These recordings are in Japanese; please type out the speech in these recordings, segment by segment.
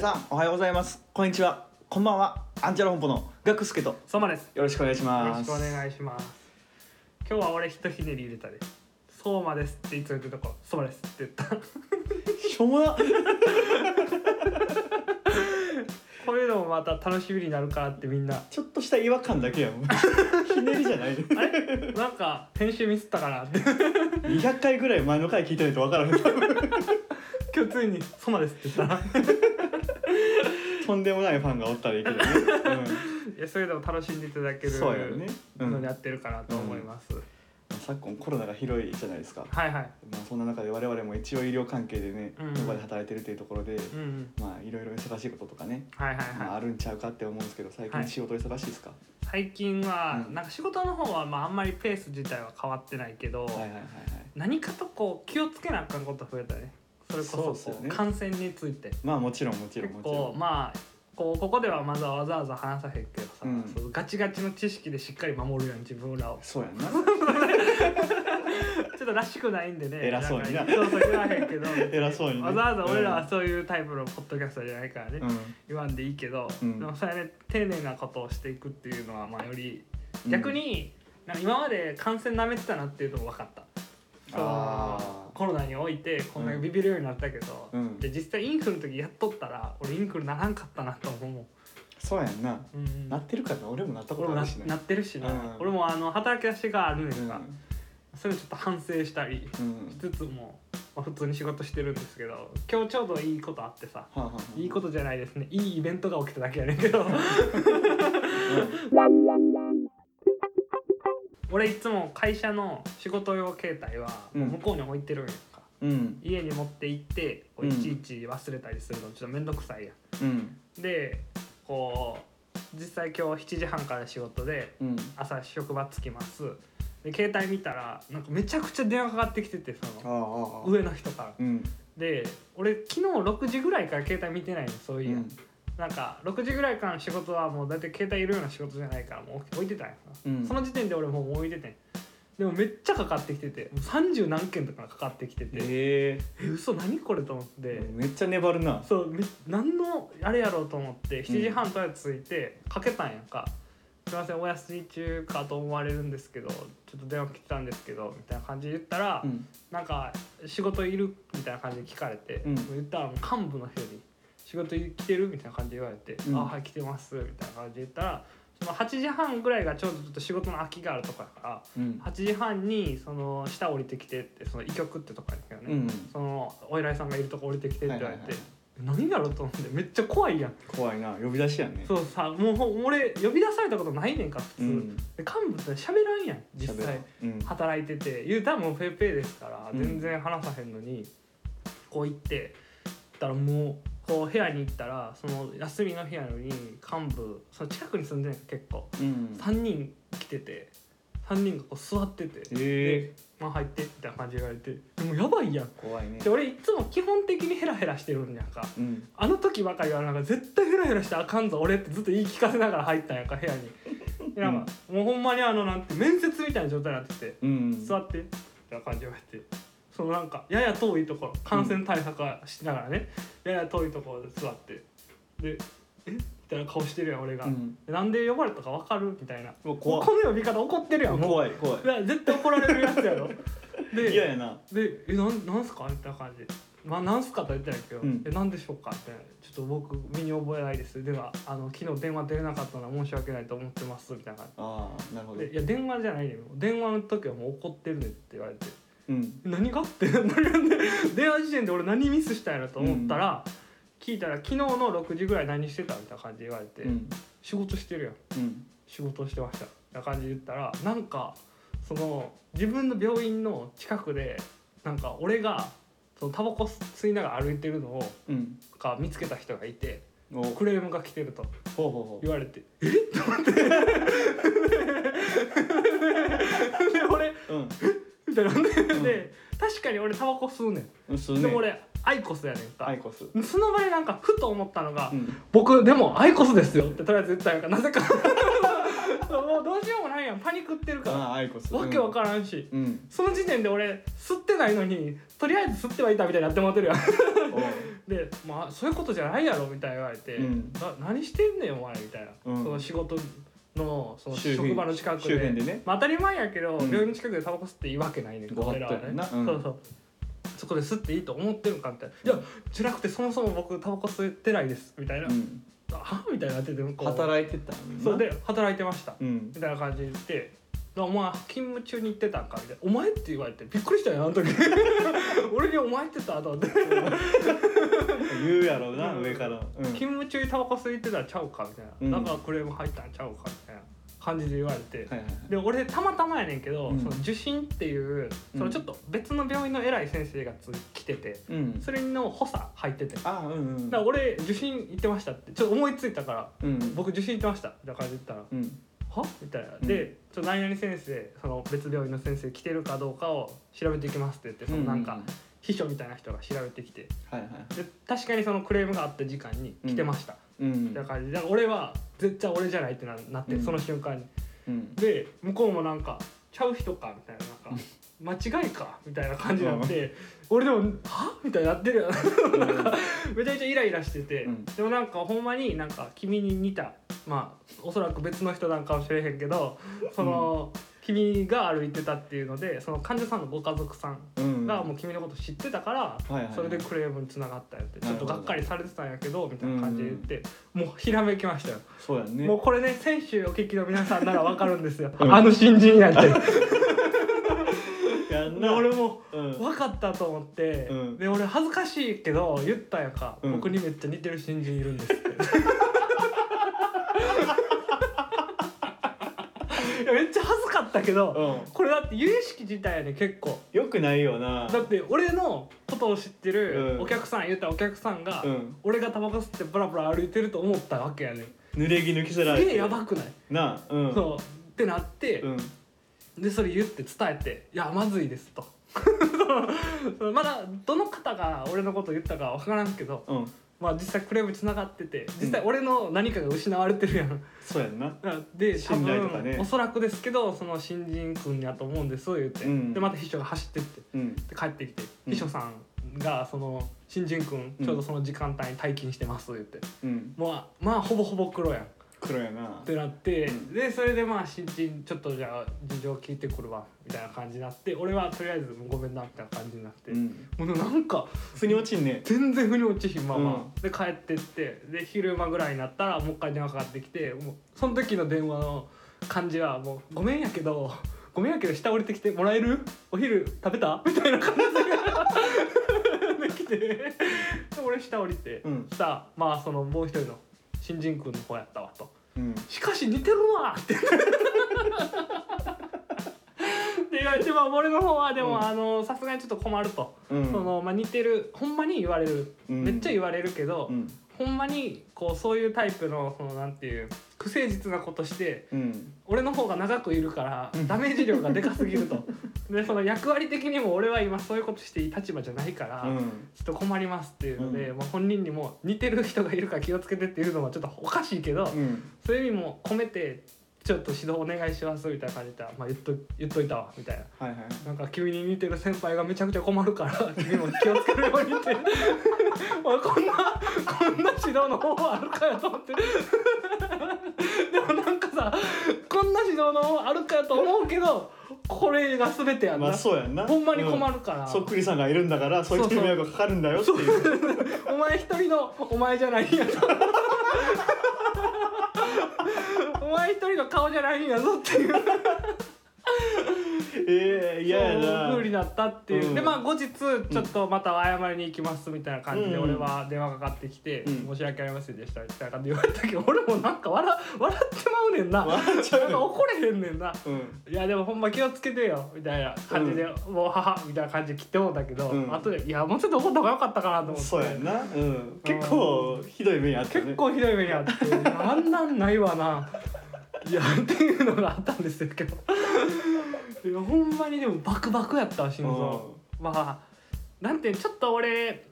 さんおはようございますこんにちはこんばんはアンチャラ本舗のガクスケと相馬ですよろしくお願いしよろましすくお願いします今日は俺ひとひねり入れたで相馬ですっていつも言ってたから相馬ですって言ったしょうもなこういうのもまた楽しみになるからってみんなちょっとした違和感だけやもん ひねりじゃないであれなんか編集ミスったかなって200回ぐらい前の回聞いてないと分からへん 今日ついに相馬ですって言ったらとんでもないファンがおったらいいけどね、いやそういうのを楽しんでいただけうん、るそうやろね、うんのに合ってるかなと思います、昨今コロナが広いじゃないですか、はいはいまあ、そんな中で我々も一応医療関係でねうん現場で働いてるっていうところで、うんうんまあいろいろ忙しいこととかね、はいはいまあ、はあるんちゃうかって思うんですけど最近はい仕事忙しいですか、い最近は、うんなんか仕事の方はまああんまりペース自体は変わってないけど、はい、はいはいはい何かとこう気をつけなあかんこと増えたねそれこそそうこっすようね感染についてまあもちろんもちろん結もちろ構ん、まあこうここではまずはわざわざ話さへんけどさ、うんそうガチガチの知識でしっかり守るように自分 らをそうやんなちょっとらしくないんでね偉そうにななんかそうそう言わへんけど偉 そうにねわざわざ俺らはそういうタイプのポッドキャストじゃないからね、うん、言わんでいいけど、うんでもそれで丁寧なことをしていくっていうのはまあよりうん逆に、なんか今まで感染なめてたなっていうのも分かったそあのーコロナにおいてこんだけビビるようになったけど、うんで実際インフルの時やっとったら俺インフルならんかったなと思うもん、そうやんなうんうんなってるからな俺もなったこ俺とあもなるしねなってるしな、うん俺もあの働き出しがあるんですが、うそれをちょっと反省したりん、うしん、つつも、まあ、普通に仕事してるんですけど今日ちょうどいいことあってさはあはあいいことじゃないですねいいイベントが起きただけやねんけど 俺いつも会社の仕事用携帯はうん向こうに置いてるんやんうか、んうん家に持って行ってこううんいちいち忘れたりするのちょっと面倒くさいやうんんでこう実際今日7時半から仕事でうん朝職場着きますで携帯見たらなんかめちゃくちゃ電話かかってきててそあのあああ上の人からうんで俺昨日6時ぐらいから携帯見てないのそうういや、んなんか6時ぐらいからの仕事はもうだいたい携帯いるような仕事じゃないからもう置いてたんや、うんその時点で俺もう置いててんでもめっちゃかかってきててもう30何件とかかかってきてて、ええ嘘何これと思って、えめっちゃ粘るなそうめ何のあれやろうと思って7時半とりあえず着いてかけたんやんか「すいませんお休み中かと思われるんですけどちょっと電話来てたんですけど」みたいな感じで言ったら「うんなんか仕事いる?」みたいな感じで聞かれて、うん言ったらもう幹部の人に「仕事来てる?」みたいな感じで言われて「うんあはい来てます」みたいな感じで言ったらその8時半ぐらいがちょうどちょっと仕事の空きがあるとこやからうん8時半にその下降りてきてってその医局ってとこやねんけどね、うんそのお偉いさんがいるとこ降りてきてって言わはれて、いはいはい何だろうと思ってめっちゃ怖いやん怖いな呼び出しやねそうさもうほ俺呼び出されたことないねんか普通、うんで幹部って喋らんやん実喋ら際んうん働いてて言うたらもうペイペイですからうん全然話さへんのに、こう行ってだからもうこう部屋に行ったらその休みの部屋のに幹部その近くに住んでんの結構うん3人来てて3人がこう座っててええでまあ入ってみたいな感じで言われてでもやばいやん怖いねで俺いつも基本的にヘラヘラしてるんやんかうんあの時ばかりはなんか絶対ヘラヘラしてあかんぞ俺ってずっと言い聞かせながら入ったんやんか部屋にでなんか、もうほんまにあのなんて面接みたいな状態になっててうん座ってみたいな感じで言われてそのなんかやや遠いところ感染対策はしながらね、やや遠いところで座ってで「えみたいな顔してるやん俺が、うんでなんで呼ばれたか分かる?」みたいなうわこ怖いの呼び方怒ってるやんもう怖い怖いいや絶対怒られるやつやろで嫌やなで「えなんなんすか?」みたいな感じで「まあ、なんすか?」とは言ってないけどう「んえなんでしょうか?」みたいな「ちょっと僕身に覚えないです」ではあの昨日電話出れなかったのは申し訳ないと思ってます」みたいな感ああなるほじどで「いや電話じゃないねん電話の時はもう怒ってるね」って言われてうん「何が?」って なんで電話時点で俺何ミスしたんやろと思ったら、聞いたら「昨日の6時ぐらい何してた?」みたいな感じで言われて「うん仕事してるやんうん仕事をしてましたみたいな感じで言ったらなんかその自分の病院の近くでなんか俺がそのタバコ吸いながら歩いてるのをうんか見つけた人がいておほうクレームが来てるとほうほう言われて 「えっ?」と思ってで俺うんみたいなうんで確かに俺タバコ吸うねんうんすでもね俺アイコスやねんか、アイコスその場でなんかふと思ったのが、うん僕でもアイコスですよってとりあえず言ったんやんかなぜか もうどうしようもないやんパニックってるからああアイコスわけわからんし、らんうんその時点で俺吸ってないのにとりあえず吸ってはいたみたいになってもらってるやんおうで、まあ、そういうことじゃないやろみたいに言われて、うんな何してんねんお前みたいな、うんその仕事のその周辺職場の近く周で辺でねまあ、当たり前やけど、うん病院の近くでタバコ吸っていいわけないねんご法俺度らはやねんなそううんそうそこで吸っていいと思ってるんかみたいな「いやじゃなくてそもそも僕タバコ吸ってないです」みたいな「うんはみたいになってて向こう働いてたんなそうで働いてましたうんみたいな感じで言って「お前勤務中に行ってたんか」みたいな「お前」って言われてびっくりしたよあの時 俺に「お前」って言ったと思って言うやろうなうん上からうん勤務中にタバコ吸いてたらちゃうかみたいな、うんだからクレーム入ったんちゃうかみたいな感じで言われて、はいはいで俺たまたまやねんけど、うんその受診っていうそのちょっと別の病院の偉い先生がつ来ててうんそれの補佐入っててだかあうんうんら俺受診行ってましたってちょっと思いついたからうん僕受診行ってましたみたいな感じで言ったらうんはみたいな、うんでちょっと何々先生その別病院の先生来てるかどうかを調べていきますって言ってそのなんうかう秘書みたいな人が調べてきてはいはいで確かにそのクレームがあった時間に来てました、うみんたいな感じでだから俺は絶対俺じゃないってななって、うんその瞬間にうんで向こうもなんか「ちゃう人か」みたいななんか「間違いか」みたいな感じになって俺でも「はみたいになってるよめちゃめちゃイライラしてて、うんでもなんかほんまになんか君に似たまあおそらく別の人なんかもしれへんけどその、君が歩いてたっていうのでその患者さんのご家族さんうんがもう君のこと知ってたから、はいはいそれでクレームにつながったよってちなょるっほとどがっかりされてたんやけどみたいな感じで言って、もうひらめきましたよ。そうやねもうこれね選手お聞きの皆さんならわかるんですよ、うんあの新人やってやんな俺もうん分かったと思って、うんで俺恥ずかしいけど言ったやんか、うん僕にめっちゃ似てる新人いるんですって いやめっちゃ恥ずかったけど、うんこれだって由々しき自体やね結構よくないよなだって俺のことを知ってるうんお客さん、言ったらお客さんが、うん俺がタバコ吸ってブラブラ歩いてると思ったわけやねん濡れ着抜きせられすてげえやばくない、なあうんそうってなって、うんでそれ言って伝えて「いやまずいです」と そのまだどの方が俺のこと言ったかは分からんけど、うんまあ、実際クレームつながってて実際俺の何かが失われてるやん、 そうやんなで多信頼と分、かねおそらくですけどその新人君やと思うんです言って、うんでまた秘書が走ってってうんで帰ってきて、うん秘書さんがその新人君うんちょうどその時間帯に退勤してます言って、うんもうあまあほぼほぼ黒やんっ黒やなてなって、うんでそれでまあ新人ちょっとじゃあ事情聞いてくるわみたいな感じになって俺はとりあえずもうごめんなみたいな感じになって、うんもうなんか腑に落ちんね全然腑に落ちひんまま、うで帰ってってで昼間ぐらいになったらもう一回電話かかってきてもうその時の電話の感じはもう「ごめんやけどごめんやけど下降りてきてもらえるお昼食べた?」みたいな感じで来てで俺下降りて、うんしたらまあそのもう一人の新人君の方やったわと。うんしかし似てるわってで言われてまあ俺の方はでもうんあのさすがにちょっと困ると、うんそのまあ、似てるほんまに言われる、うんめっちゃ言われるけど、うんほんまにこうそういうタイプのそのなんていう不誠実なことしてうん俺の方が長くいるからうんダメージ量がでかすぎるとでその役割的にも俺は今そういうことしていい立場じゃないから。うんちょっと困りますっていうので、うまあ、本人にも似てる人がいるから気をつけてっていうのはちょっとおかしいけど、うんそういう意味も込めてちょっと指導お願いしますみたいな感じで、まあ、言っと言っといたわみたいな。はいはいなんか君に似てる先輩がめちゃくちゃ困る から君も気をつけるようにっておいこんなこんな指導の方法あるかよと思ってでもなんかさこんな指導の方法あるかよと思うけどこれが全てやんな、まあそうやんなほんまに困るるから、そっくりさんがいるんだからそういう人に迷惑かかるんだよっていうお前一人のお前じゃないんやぞお前一人の顔じゃないんやぞっていうええ嫌やそうな風になったっていう、うんでまあ後日ちょっとまた謝りに行きますみたいな感じでうん俺は電話かかってきて「うん申し訳ありませんでした」みたいな感じで言われたけど 俺もなんか笑笑ってまうねんななん笑っちゃうねか怒れへんねんな「 うんいやでもほんま気をつけてよ」みたいな感じで「もう母」みたいな感じで切ってもうたけど、うん後で「いやもうちょっと怒った方が良かったかな」と思ってそうやんなうん結構ひどい目にあったね結構ひどい目にあって「あんなんないわな」いやっていうのがあったんですけどいやほんまにでもバクバクやったわ心臓うまあなんてちょっと俺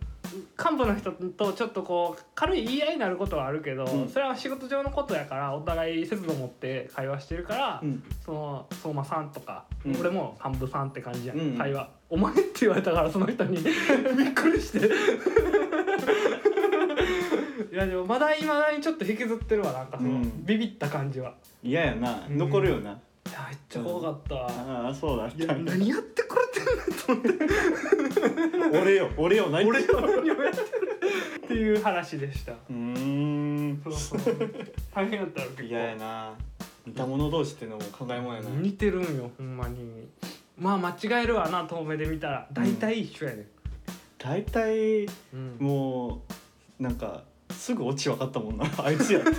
幹部の人とちょっとこう軽い言い合いになることはあるけど、うんそれは仕事上のことやからお互い節度持って会話してるから、うんその相馬さんとか、うん俺も幹部さんって感じやん、うん会話「お前」って言われたからその人に びっくりして いやでもまだいまだにちょっと引きずってるわなんかその、うんビビった感じは嫌やなうん残るよな、いやめっちゃ怖かったわ、ああそうだっいやたんだ何やってくれてん の俺よ俺よない俺は何をやってるっていう話でしたうーんそうそう大変やったら結構嫌やな似た者同士ってのも考えもんやな似てるんよほんまにまあ間違えるわな遠目で見たら大体一緒やね、大体うんもうなんかすぐオチ分かったもん なあいつやって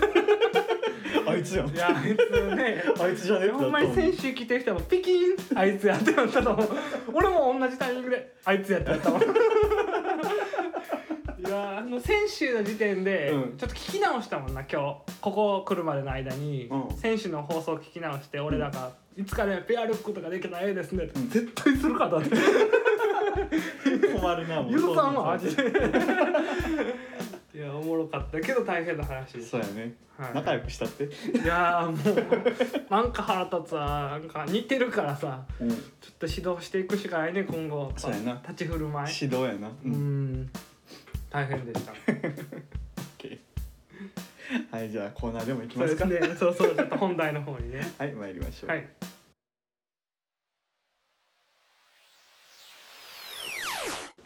あいつやんいやあいつねあいつじゃねえってなったほもんんまに先週来てる人もピキンあいつやってなったと思う俺も同じタイミングであいつやってなったもんいやあの先週の時点でうんちょっと聞き直したもんな今日ここ来るまでの間にうん先週の放送聞き直して俺なんか「いつかねペアルックとかできたらええですね」ってうん絶対するかと思って困るなもうゆるさんはマジでいやおもろかったけど大変な話です、そうやねはい仲良くしたっていやーもうなんか腹立つわなんか似てるからさうん指ちょっと指導していくしかないね今後そうやな立ち振る舞い導やなううんん大変でしたはいじゃあコーナーでも行きそまうすでかすねそうそうちょっと本題の方にねはい参りましょう、はい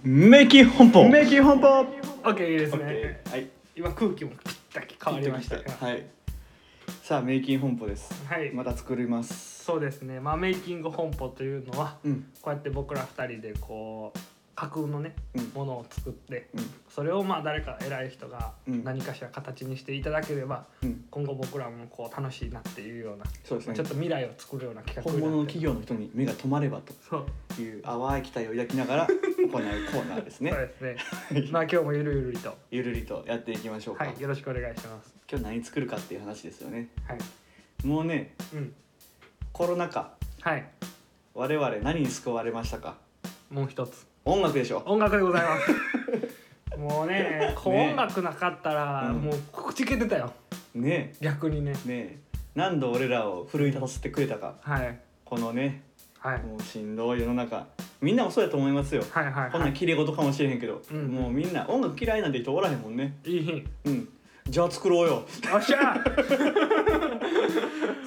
メイキ本舗メイキ本舗 OK いいですね OK はい今空気もピッタキ変わりましたからはいさあメイキ本舗ですはいまた作りますそうですねまあメイキング本舗というのはうんこうやって僕ら二人でこう架空のねうんものを作ってうんそれをまあ誰か偉い人がうん何かしら形にしていただければうん今後僕らもこう楽しいなっていうようなそうですねちょっと未来を作るような企画本になって物の企業の人に目が止まればそうという淡い期待を抱きな がら行うコーナーですねそうですね。まあ今日もゆるゆるりと、 ゆるりとやっていきましょうか、はい、よろしくお願いします。今日何作るかっていう話ですよねはい、もうねうん、コロナ禍はい、我々何に救われましたかもう一つ音楽でしょ音楽でござ います。もうね、こうね音楽なかったら、うんもうくちけてたよ。ね逆にね。えねえ何度俺らを奮い立たせてくれたかはい、このねはい、もうしんどい世の中みんなもそうやと思いますよはい、はい、こんなはんきれい事かもしれへんけど、うんもうみんな音楽嫌いなんて人おらへんもんねい。いい品。うんじゃあ作ろう よおっしゃ。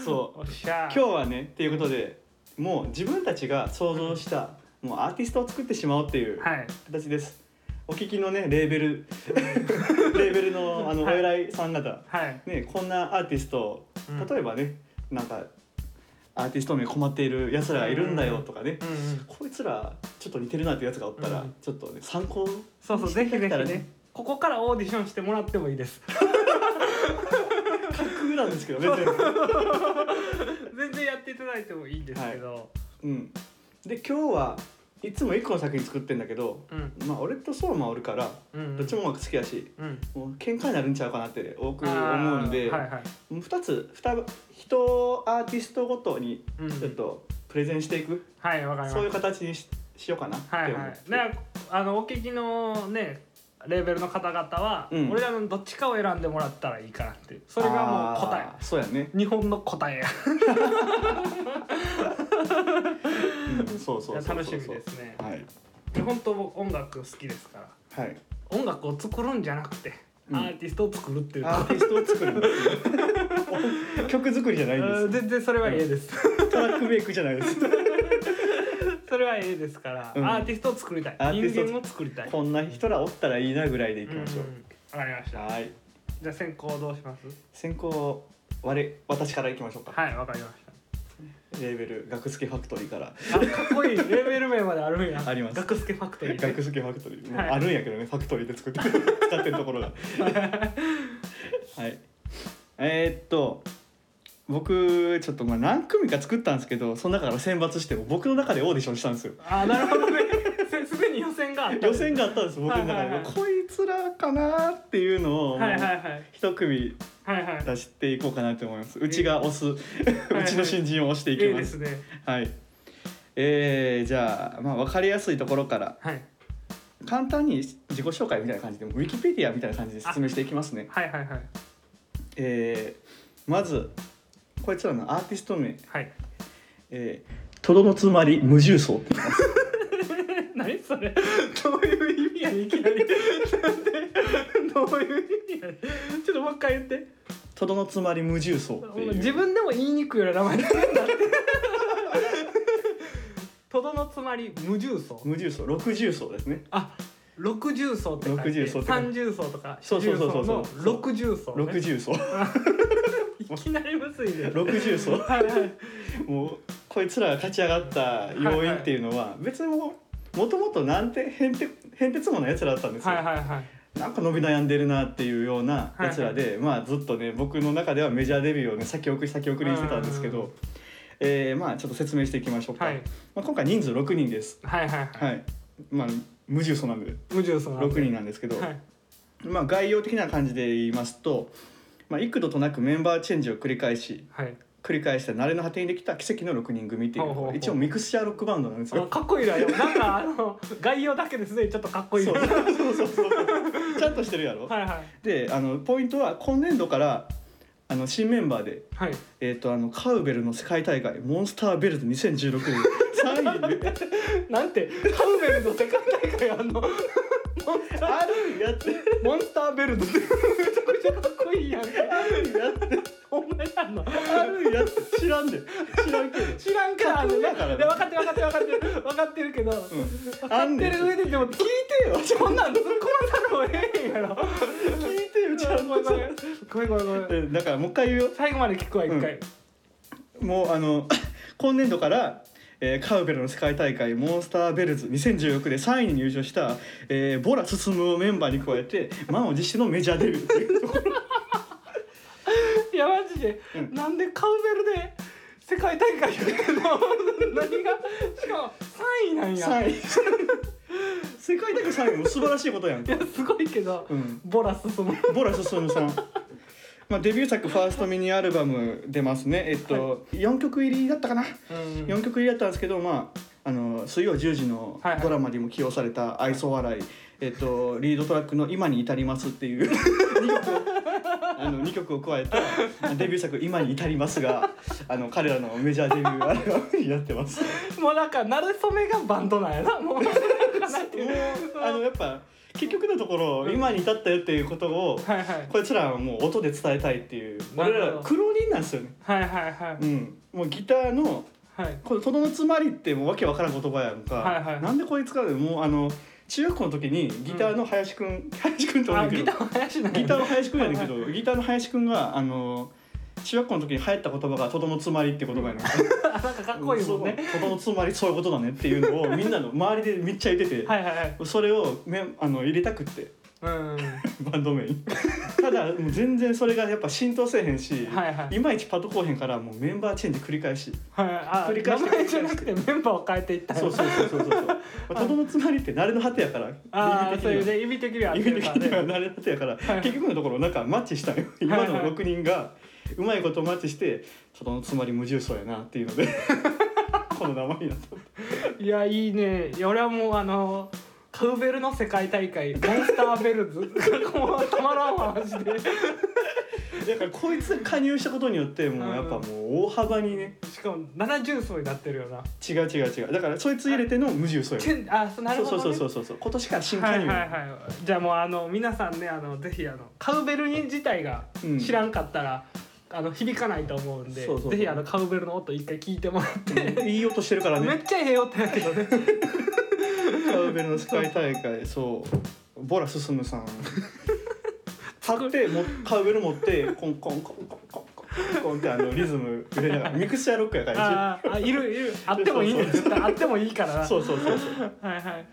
そうおっしゃ。今日はねっていうことでもう自分たちが想像したもうアーティストを作ってしまおうっていうはい、形です、お聞きのねレーベ ルレーベルのあのおはい偉いさん方、はい。ね、こんなアーティストうん例えばね、なんかアーティスト名困っているやつらがいるんだよとかね、うんうん。こいつらちょっと似てるなってやつがおったら、うんちょっとね参考そうそう、ぜひぜだったらひねね。ここからオーディションしてもらってもいいです。 空なんですけど別に、全然やっていただいてもいいんですけど。うん、で今日はいつも1個の作品作ってんだけどうん、まあ俺と相馬おるからうんうん、どっちも。音楽好きやし、うん。もう喧嘩になるんちゃうかなって多くあー思うので、はいはい。もう2つ2人アーティストごとにうんちょっとプレゼンしていく、はい、わかりましたそういう形にししようかなって思はっいて、はい、ねあのお聞きのねレーベルの方々は、うん俺らのどっちかを選んでもらったらいいかなってそれがもう答あーそうやね、え日本の答えやうん、 そうそうそうそうそう楽しみですねはい本当僕音楽好きですからはい音楽を作るんじゃなくて、うんアーティストを作るっていうとアーティストを作るんですよ曲作りじゃないうんんで全然それはええです、すトラックメイクじゃないです それはええですから、うんアーティストを作りたいアーティスト人間を作りたいこんな人らおったらいいなぐらいでいきうんうんましょう、わかりましたはいじゃあ先行どうします先行我私からいきましょうか、はいわかりましたレーベル学助ファクトリーからあかっこいいレーベル名まであるんやあります学助ファクトリー学付けファクトリー、もうはいあるんやけどねファクトリーで作っ て使ってるところがはいえーっと僕ちょっとまあ何組か作ったんですけどその中から選抜して僕の中でオーディションしたんですよあなるほどね せすでに予選があった予選があったんです僕の中で、はいはいはいこいつらかなっていうのをはいはいはい一組はいはい出していこうかなと思いますうちが押すうちの新人を押していいいきでますすねはいえー、じゃあまあ分かりやすいところからはい簡単に自己紹介みたいな感じでウィキペディアみたいな感じで説明していきますね。はいはいはいえーまずこいつらのアーティスト名はい 「えー、とどのつまり無重層」何それどういう意味やねんいきなりなんでどういう意味やねんちょっともう一回言ってとどのつまり無重層っていう自分でも言いにくいような名前 なんだってとどのつまり無重層無重層六重層ですねあ六重層って書い六重層てって書いて三重層とかそう四そう重そうそ層うの六重層ね六重層 いきなりむずいね六重層はいはいもうこいつらが勝ち上がった要因っていうのは別にももともとなんてへんてへんてつもなやつらだったんですよ、はいはいはいなんか伸び悩んでるなっていうようなやつらで、まあずっとね僕の中ではメジャーデビューをね先送り先送りにしてたんですけうんうんうど、えーまあちょっと説明していきましょうか、はいまあ、今回人数6人ですはいはいはいはいまあ無重層なんで無重層なんで6人なんですけど、はいまあ概要的な感じで言いますと、まあ、幾度となくメンバーチェンジを繰り返しはい繰り返した慣れの果てにできた奇跡の6人組っていほうほうほうう一応ミクスチャーロックバンドなんですあよ。かっこいいなでもなんかあの概要だけですでにちょっとかっこそいういなそうはいそうそうそうちゃんとしてるやろ、はいであのポイントは今年度からあの新メンバーで、はいえー、とあのカウベルの世界大会モンスターベルト2016年3位で なんてカウベルの世界大会あんのあるんやってモンスターベルトって めちゃくちゃかっこいいやんけあるんやってお前やんのあるんやって知らんで知らんけど。知らんからあのね架空やからねで分かってる分かってる分かってる分かってるけど、分かあんっねてんる上ででも聞いてよこんなん突っ込まざるをええへんやろ聞いてよちゃんごめんとごめんごめんごめんごめんでだからもう一回言うよ最後まで聞くわ一回、もうあの 今年度から、えーカウベルの世界大会モンスターベルズ2016で3位に入賞した、えーボラ進むをメンバーに加えて満を持してのメジャーデビューっていうところいやマジで、うんなんでカウベルで世界大会やってんの何がしかも3位なんや3位世界大会3位も素晴らしいことやんいかや、すごいけど、うん、ボラ進むボラ進むさんまあ、デビュー作ファーストミニアルバム出ますねえっと、4曲入りだったかなうん4曲入りだったんですけど、まあ、あの水曜10時のはいはいドラマにも起用された愛想笑い、えっと、リードトラックの「今に至ります」っていう 2, 曲をあの2曲を加えたデビュー作「今に至りますが」あの彼らのメジャーデビューアルバムになってます。ももうなんか馴れ初めがバンドなんやなもうなんかなんていうのうあのやっぱ結局のところ今に至ったよっていうことをはいはいこいつらはもう音で伝えたいっていうなる俺ほどら苦労人なんですよね。はいはいはいうん、もうギターのはいこのとどのつまりってもうわけわからん言葉やんか、はいはいなんでこれ使うのもうあの中学校の時にギターの林くん、 林くんと思あうけギどターの話なんやギターの林くんやねんけどギターの林くんがあの中学校の時に流行った言葉が「とどのつまり」って言葉やなあなんかかっこいいもんねそうとどのつまりそういうことだねっていうのをみんなの周りでめっちゃ言ってて、はいはいはいそれをめあの入れたくって うんバンド名 にただもう全然それがやっぱ浸透せえへんし、はいはいいまいちパッとこうへんからもうメンバーチェンジ繰り返しはいあ繰り返して名前じゃなくてメンバーを変えていったんやそうそうそうそうそう。 まあ、とどのつまりって慣れの果てやから。ああ倫理的そういうにはね意味的には合っ倫理てる的からにはね慣れの果てやから、はい結局のところなんかマッチしたんよ。今はいの六人がうまいことマッチして、とどのつまり無重層やなっていう ので。この名前になった。いやいいねいや俺はもうあのカウベルの世界大会モンスター ベルズもうたまらんわマジでだからこいつが加入したことによって、もうやっぱもう大幅にね。しかも70層になってるよな違う違う違う。だからそいつ入れての無重層や。チェンあそうなそうるほそど、うね、そうそうそうそう。今年から新は加いはい入。はいじゃあもうあの皆さんねあのぜひあのカウベル人自体がうん知らんかったら、あの響かないと思うんでそうそうそうぜひあのカウベルの音一回聞いてもらって、うんいい音してるからねめ。っちゃええ音やけどねカウベルの世界大会そうボラ進むさん立ってもカウベル持ってコンコンコンコンコンコンコンってあのリズム入れながらミクスチャーロックやからあーあいるい るあってもいいね絶対あってもいいからな一緒そうそうそうそうはいはい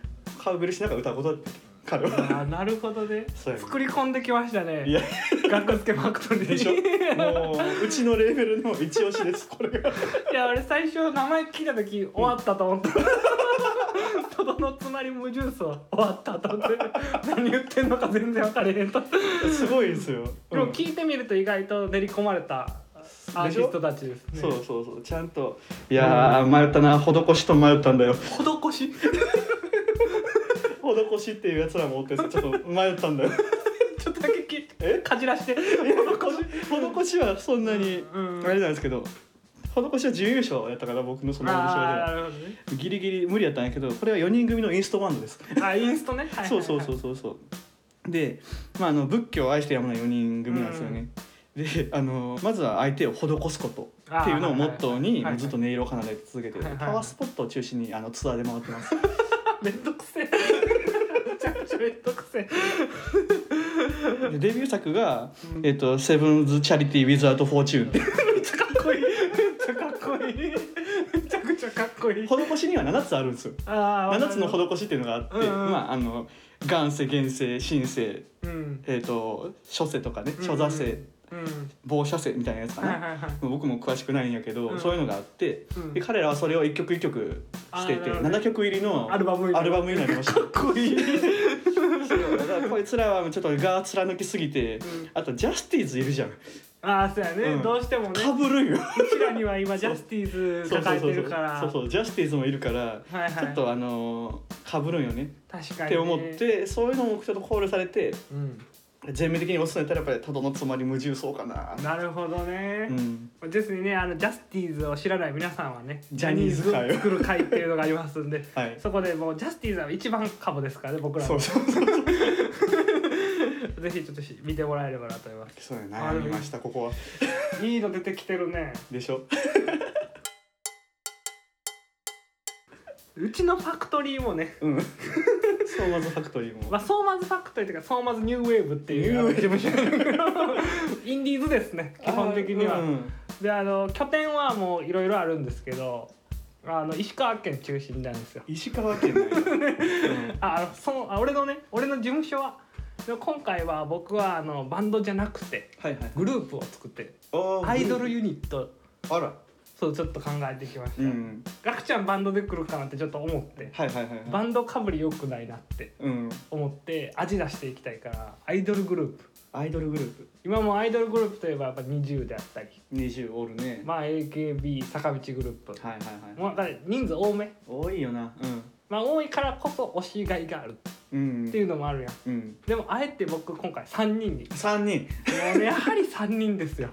カウベルしながら歌うことだって彼あはーなるほどねそうやね作り込んできましたいねや学付けファクトリーでしょもううちのレーベルの一押しですこれがいや俺最初名前聞いた時終わったと思った、 とどのつまり無重層終わったと思って何言ってんのか全然分かれへんと、すごいですよ、でうんも聞いてみると意外と練り込まれたアーティストたちですねそうそうそうちゃんと いやー迷ったな施しと迷ったんだよ施し施しっていうやつらもおってさちょっと迷ったん だよちょっとだけきえかじらして施しはそんなにうんうんあれなんですけど施しは準優勝やったから僕のそのオーディションであーはなるほどねギリギリ無理やったんやけどこれは4人組のインストバンドですあインストね、はいはいはい、そうそうそうそうそうで、まあ、あの仏教を愛してやまない4人組なんですよね、であのまずは相手を施すことっていうのをモットーにあーはいはいはいもうずっと音色を奏でて続けてはいはいパワースポットを中心にあのツアーで回ってますめんどくせえめちゃくちゃめんどくせえでデビュー作が「うんえっとセブンズ・チャリティ・ウィズ・アウト・フォーチューン」ってめっちゃかっこいいめっちゃかっこいいめちゃくちゃかっこいい施しには7つあるんですよあ7つのど施しっていうのがあって、うんうんまああの元世現世神世うんえっ、と諸世とかねうん諸座世うん傍射世みたいなやつかはいな、はいはい僕も詳しくないんやけど、うんそういうのがあってうんで彼らはそれを一曲一曲してあーてなるほど7曲入りのアルバムアルバムになりましたかっこいい、うんだからこいつらはちょっとが貫きすぎてあとジャスティーズいるじゃんああそうやね、うんどうしてもねかぶるようちらには今ジャスティーズそう抱そうえそうそうてるからそうそうジャスティーズもいるからはいはいちょっとあのかぶるんよね確かにねって思ってそういうのもちょっと考慮されてうん全面的におすすめたらやっぱり「たどのつまり無重奏」かななるほどねう、んですねあのジャスティーズを知らない皆さんはねジャニーズ会をジャニーズを作る会っていうのがありますんではいそこでもうジャスティーズは一番カボですからね僕らそ のうそうそうぜひちょっと見てもらえればなと思いまそうや悩みましたここはすいいの出てきてるねでしょうちのファクトリーもねうんそうまずファクトリーも まあ、ソーマズファクトリーというかソーマズニューウェーブっていうあのニュ事ーウェ務所 インディーズですね基本的には、あーうんであの拠点はもういろいろあるんですけどあの石川県中心なんですよ石川県なんやうんああのそのあ俺のね俺の事務所はで今回は僕はあのバンドじゃなくてはいはいグループを作ってあーアイドルユニットあらそうちょっと考えてきました、うガんクちゃんバンドで来るかなってちょっと思ってはいはいはいはいバンドかぶり良くないなってうん思って味出していきたいからアイドルグループアイドルグループ今もアイドルグループといえばやっぱ NiziU であったり20おるねまあ AKB 坂道グループ、はいはいはいもうだから人数多め多いよなまあ多いからこそ推しがいがあるうんうんっていうのもあるやんうんでもあえて僕今回3人に3人もうやはり3人ですよ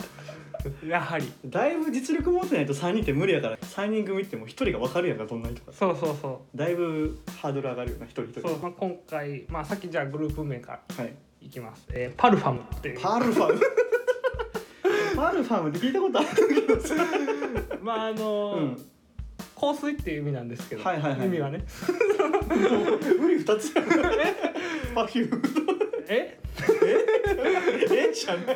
やはりだいぶ実力持ってないと3人って無理やから3人組ってもう1人が分かるやんかどんな人かそうそうそだいぶハードル上がるよな一人一う人そう、まあ、今回、まあ、さっきじゃあグループ名かはらいいきます、えーパルファムっていうパルファム パルファムって聞いたことあるけどさまああのーうん香水っていう意味なんですけど、はいはいはい意味はね無理2つやん パフュームえ、えじゃないよ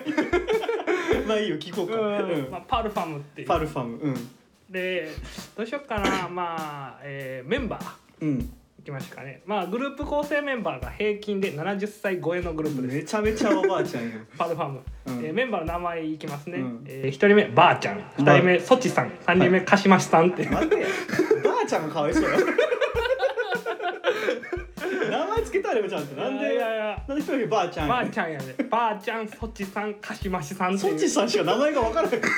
まあいいよ聞こううか、んうんまあ、パルファムっていうパルファムうんでどうしようかなまあ、えーメンバーうんいきましょうかねまあグループ構成メンバーが平均で70歳超えのグループです、めちゃめちゃおばあちゃんよパルファム、うんえーメンバーの名前いきますね、うんえー、1人目ばあちゃん2人目ソチさん3人目かしましさんって、待ってやばあちゃんがかわいそう や名前つけたらよちゃんってなんいでやいやなんで一人ばあちゃんばやあちゃんやで、ばあちゃんソチさんかしましさんっていそっうちさんしか名前が分からないか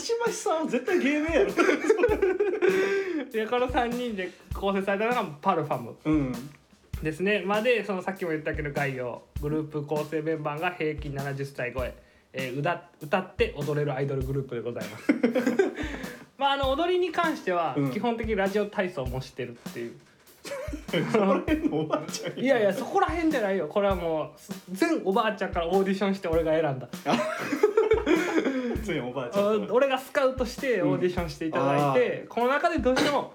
しましさんは絶対芸名やろでこの3人で構成されたのがパルファムうんですねまあでそのさっきも言ったけど概要グループ構成メンバーが平均70歳超ええー歌歌って踊れるアイドルグループでございます まああの踊りに関してはうん基本的にラジオ体操もしてるっていう、 そこら辺のおばあちゃんいやいやそこら辺じゃないよこれはもうす全おばあちゃんからオーディションして俺が選んだ普通におばあちゃあん俺がスカウトしてオーディションしていただいて、この中でどうしても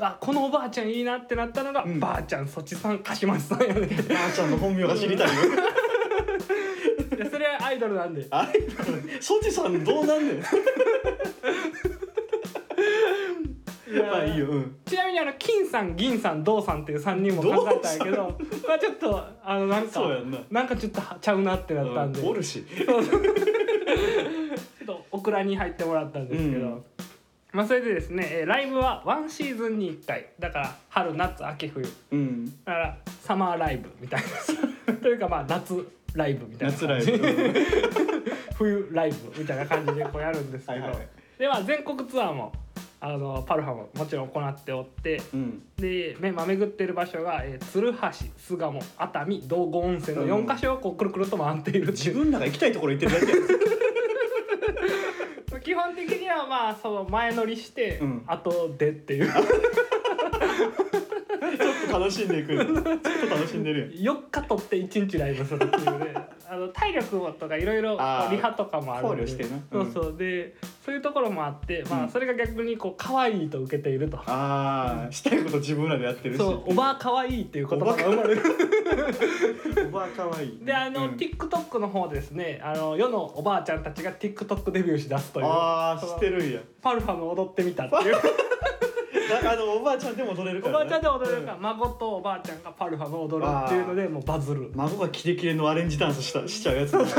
あこのおばあちゃんいいなってなったのが、うんばあちゃんそっちさんかしましさんやねばあちゃんの本名が知りたいよ いやそれはアイドルなんであれそっちさんどう なんねんいやまあいいようんちなみにあの金さん銀さん銅さんっていう3人も考えたんやけどこれはちょっとあのなんかそうやんななんかちょっとはちゃうなってなったんで、うんおるしちょっとオクラに入ってもらったんですけど、うんまあそれでですね、えーライブはワンシーズンに1回だから春夏秋冬うんだからサマーライブみたい なというかまあ夏ライブみたいな夏ラ感イじブうん冬ライブみたいな感じでこうやるんですけどはいはいはいでは全国ツアーもあのパルハももちろん行っておってうんで、めまあ、巡ってる場所が、えー鶴橋巣鴨熱海道後温泉の4か所をこうくるくると回っているって 自いう、分らが行きたいところ行ってるだけやん基本的にはまあその前乗りして、うん後でって いうちょっと楽しんでいくよちょっと楽しんでる4日取って1日ライブするっていうねあの体力もとかいろいろあーリハとかもあるんで考慮してなうんそうそうでそういうところもあって、まうあ、んそれが逆にこう可愛いと受けているとやん。ああしたいこと自分らでやってるしそうおばあ可愛いっていう言葉が生まれる おばあかわいいであの、うん TikTok の方ですねあの世のおばあちゃんたちが TikTok デビューしだすというああそのしてるんやパルファの踊ってみたっていうだあのおばあちゃんでも踊れるおからばなあちゃんで踊れるから、うん孫とおばあちゃんがパルファの踊るっていうのでもうバズる孫がキレキレのアレンジダンスしたしちゃうやつだうんうんわ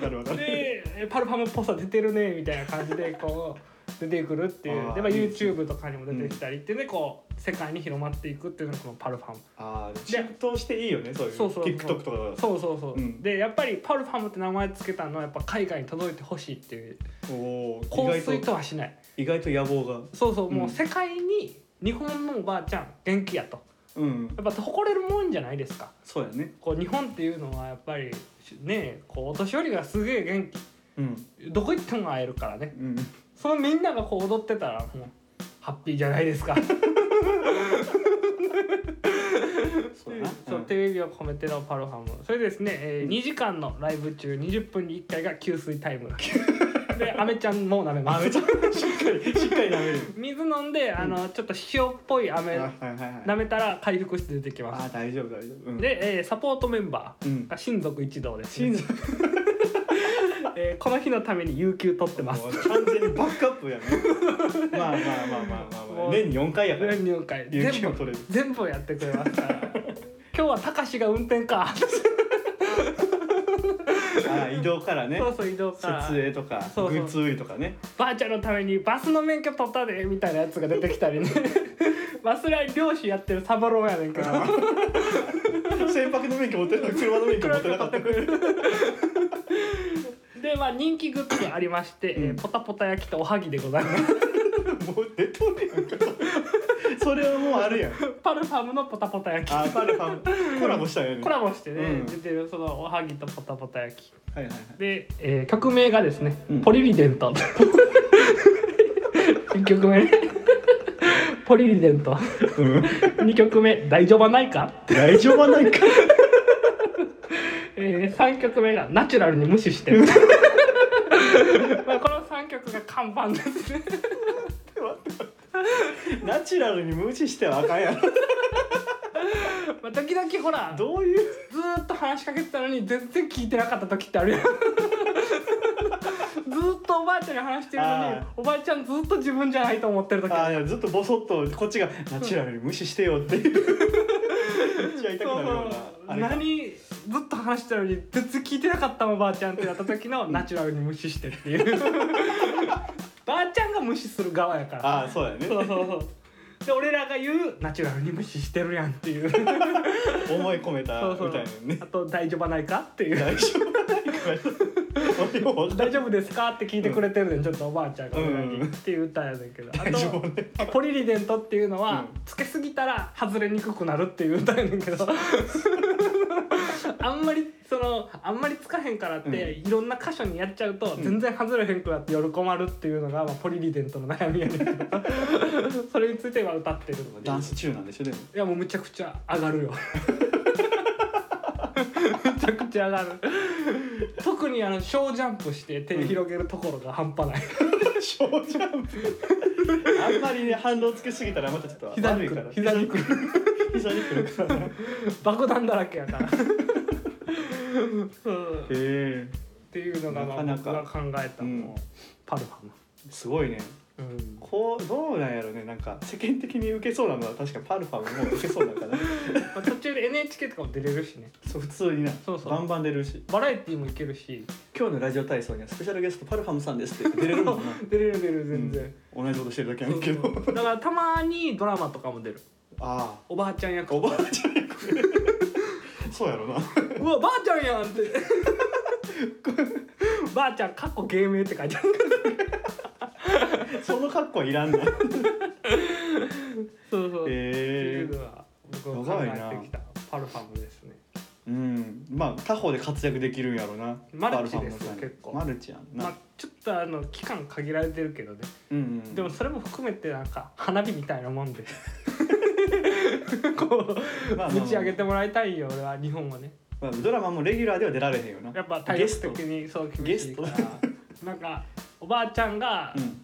かるわかるでえパルファムっぽさ出てるねみたいな感じでこう出てくるっていうあーで、まあ、いいですね YouTube とかにも出てきたりっていうねこう世界に広まっていくっていうのがこのパルファムああ浸透していいよねそういうそうそうそう TikTok とかだとそうそうそう、うんでやっぱりパルファムって名前つけたのはやっぱ海外に届いてほしいっていうおお意香外水ととはしない意外と野望がそうそうもううん世界に日本のおばあちゃん元気やとうんやっぱ誇れるもんじゃないですかそうやねこう日本っていうのはやっぱりねこうお年寄りがすげえう元ん気どこ行っても会えるからねうんそのみんながこう踊ってたらもうハッピーじゃないですか。そうやなそうテレビを込めてのパロハム。それでですね、えうん2時間のライブ中20分に1回が給水タイム。で、アメちゃんもう舐めまあめす。ちゃく ちゃしっかりしっかり舐める水飲んであのちょっと塩っぽいアメあはいはいはい舐めたら回復して出てきまあす。ー大丈夫大丈夫うんで、えーサポートメンバうーんが親族一同です、心臓えーこの日のために有給取ってます。完全にバックアップ やねまあまあまあまあまあまあ、もう年に4回やから全入会有全給部も取れる全部やってくれますから 今日はたかしが運転かああ移動からねそうそう移動から設営とかそうそうグッズ売りとかねばあちゃんのためにバスの免許取ったでみたいなやつが出てきたり ねバスライ漁師やってるサバローやねんけど船舶の免許持ってなかった車の免許持ってなかったでまあ人気グッズがありまして、うんえーポタポタ焼きとおはぎでござ いますもう出とるやんかそれはもうあるやんパルファムのポタポタ焼あパルファムコラボしたよきねコラボしてね、うん出てるそのおはぎとポタポタ焼きはいはいはいで、えー曲名がですね、うんポリリデント 一曲目ねポリリデントうん2曲目「大丈夫はないか大丈夫はないか」 えー、3曲目が「ナチュラルに無 視して」まあこの3曲が看板ですねナチュラルに無視してはあかんやろまあ時々ほらずどういうーっと話しかけてたのに全然聞いてなかった時ってある やんずーっとおばあちゃんに話してるのにあおばあちゃんずーっと自分じゃないと思ってる時ああーるでもずっとボソッとこっちが「ナチュラルに無視してよ」っていうめっちゃ痛くなるようなあれか何ずっと話してたのに全然聞いてなかったもんおばあちゃんってやった時のナチュラルに無視してっていう ばあちゃんが無視する側やからああそうだよねそうそうそう。で俺らが言うナチュラルに無視してるやんっていう。思い込めたそうそみうたいなねあと大丈夫はないかっ ていう。大丈夫はないか俺ようわかんない大丈夫ですかって聞いてくれてるねんちょっとおばあちゃんが俺らに、うんっていう歌やねんけどあ大丈夫はないとポリリデントっていうのは、うんつけすぎたら外れにくくなるっていう歌やねんけど あんまりそのあんまりつかへんからって、ういろんな箇所にやっちゃうとうん全然外れへんくなって夜困るっていうのが、まあ、ポリリデントの悩みやねんけどそれについては歌ってるっていうダンス中なんでしょでも いやもうむちゃくちゃ上がるよむちゃくちゃ上がる特にあの小ジャンプして手広げるところが半端ない、ショージャンプあんまりね反動つけすぎたらまたちょっと膝悪にいくかるら膝にくる膝にくるからへ爆弾だらけやからそうっえていうのがまあなかなか僕が考えたのも、うんパルファム、すごいねうん、こうどうなんやろねなんか世間的に受けそうなのは確かパルファムも受けそうだ からまあ途中で NHK とかも出れるしねそう普通になそうそうバンバン出るしバラエティーもいけるし今日のラジオ体操にはスペシャルゲストパルファムさんですって出れるもんな出れる出れる 全然、うん同じことしてるだけやねんけそどうそうだからたまにドラマとかも出るあおばあちゃん役あおばあちゃんやこれそうやろなうわばあちゃんやんって ばあちゃんかっこ芸名って書いてあるその格好はいら んのそうそう、へっていうのが僕やを考ばいなえてきたパルファムですねうんまあ他方で活躍できるんやろなマルチパルファンですよのさ結構マルチやんな、まあちょっとあの期間限られてるけどね、うんうん、でもそれも含めてなんか花火みたいな もんでまあまあこまあうぶち上げてもらいたいよ俺は日本はねまあ、ドラマもレギュラーでは出られへんよなやっぱ体ゲ力スト的にそう厳しいからゲス なんかおばあちゃんがうん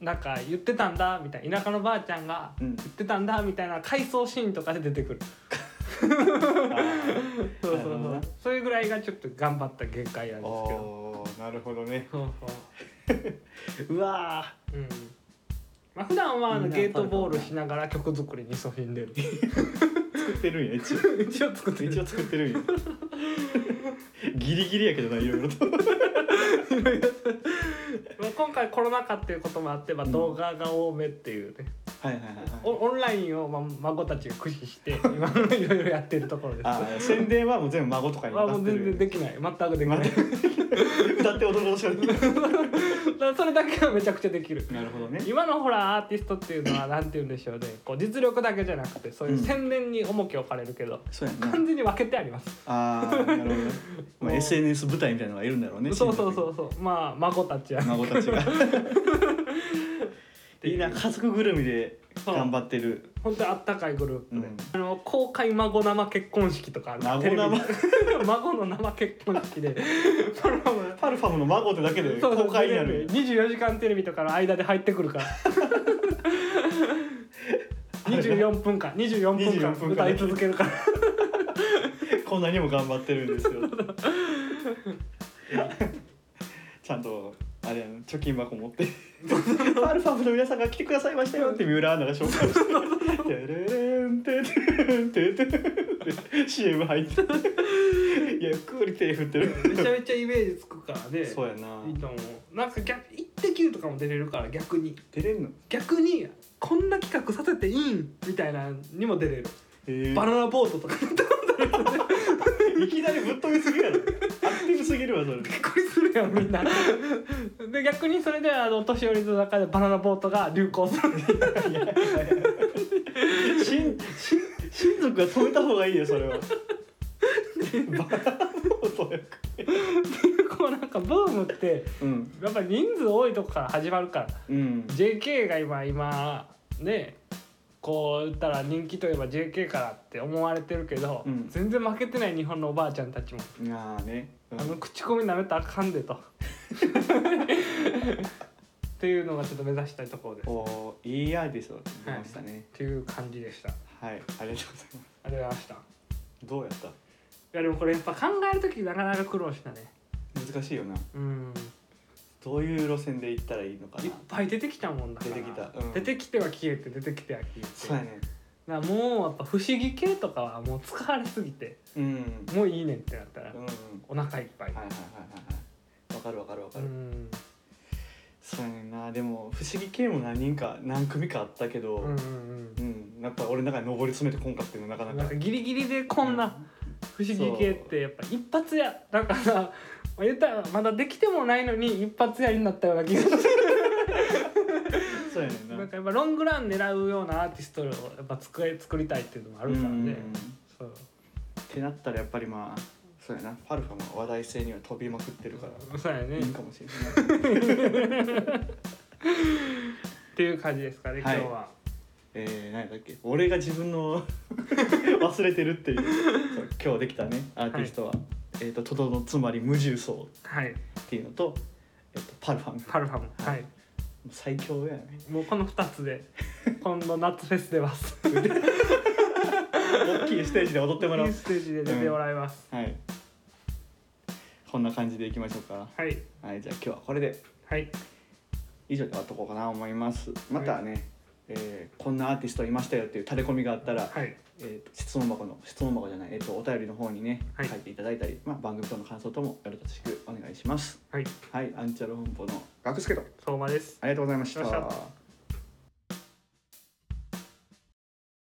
なんか言ってたんだみたいな田舎のばあちゃんがうん言ってたんだみたいな回想シーンとかで出てくるあーそうそうなるほどそなうそれぐらいがちょっと頑張った限界なんですけおどーなるほどねそううわそううんまあ普段はあのみんなゲートボールしながら曲作りに 勤しんでるー作ってるんや一応一応作って一る応作ってるんや ギリギリやけどないろいろとまあ今回コロナ禍っていうこともあってまあうん動画が多めっていうねはいはいはいオはいンオンラインをまあ孫たちが駆使して今 いろいろやってるところですあー宣伝はもう全部孫とかにまあも任うせて全然るできない全くできない歌って踊ろうとしてるだからそれだけはめちゃくちゃできるなるほどね今のほらアーティストっていうのはなんて言うんでしょうねこう実力だけじゃなくてそういう宣伝に重きを置かれるけど、そうやんな完全に分けてあります、ああなるほどね、まもあ、う SNS 舞台みたいなのがいるんだろうねそうそう親そうそうまあ孫たちや族孫たち がいいな家族ぐるみでそう頑張ってる、本当にあったかいグルーうプで、ん、あの公開孫生結婚式とかある孫テレビ 生で孫の生結婚式 でそのままパルファムの孫ってだけでそうそう公開になる24時間テレビとかの間で入ってくるから 24分間24 24分間分間歌い続けるからこんなにも頑張ってるんですよ ちゃんとあれやな貯金箱持って「パルファムの皆さんが来てくださいましたよ」って三浦アナが紹介して「テレレンテレレンテレレン」って CM 入ってゆっくり手振って るめちゃめちゃイメージつくからねそうやないいと思うなんか逆「イッテ Q!」とかも出れるから逆に出れんの逆にこんな企画させていいんみたいなのにも出れるえバナナボートとかびいきなりぶっ飛びすぎやろアクティブすぎるわそれ っくりするやんみんな で逆にそれであのお年寄りの中でバナナボートが流行する 親親親族が止めた方がいいよそれはバラボートやかこうなんかブームってうんやっぱり人数多いとこから始まるからうん JK が今今ねこう言ったら人気といえば JK からって思われてるけど、うん全然負けてない日本のおばあちゃんたちも、ああね、うんあの口コミ舐めたらあかんでと。っていうのがちょっと目指したいところです。っおーいいアイディスを出ましたねていう感じでした。あはい、ありがとうございますりがとうございました。いどうやったやでもこれやっぱ考える時なかなか苦労したね。難しいよなうん。どういう路線で行ったらいいのかいっなぱい出てきたもんだから。出てきたうん出てきては消えて出てきては消えて。そうやねなもうやっぱ不思議系とかはもう使われすぎてうんうんもういいねんってなったらうんお腹いっぱい、はいはいはいはいわかるわかるわかうる、んそうやねんなでも不思議系も何人か何組かあったけど、うんうんうん、やっぱ俺の中に上り詰めてこんかっていうのはなうかんななんかかギリギリでこんな不思議系ってやっぱ一発屋だからまあ言ったらまだできてもないのに一発屋になったような気がするそうやねんななんかやっぱロングラン狙うようなアーティストをやっぱ作り作りたいっていうのもあるからうんうんうんねっそうてなったらやっぱりまあそうやなパルファも話題性には飛びまくってるからそうやねいいっかもしれないていう感じですかね今はい日はえー、何だっけ俺が自分の 忘れてるっていうそう今日できたねアーティストは、えっ、と「とどのつまり無重奏」はい、っていうのと,、えっとパルファムパルファムははいい最強や ねもうこの2 つで今度夏フェス出ます大きいステージで踊ってもらおいいうステージで出てもらいます、はいこんな感じでいきましょうかはいはいじゃあ今日はこれではい以上で終わっとこうかな思いますまたね、えーこんなアーティストいましたよっていう垂れ込みがあったら、はいえー、と質問箱の質問箱じゃない、えー、とお便りの方にね、はい書いていただいたり、まあ、番組との感想ともよろしくお願いしますはいはいアンチャル本舗のガクスケと相馬ですありがとうございましありがとうございたまし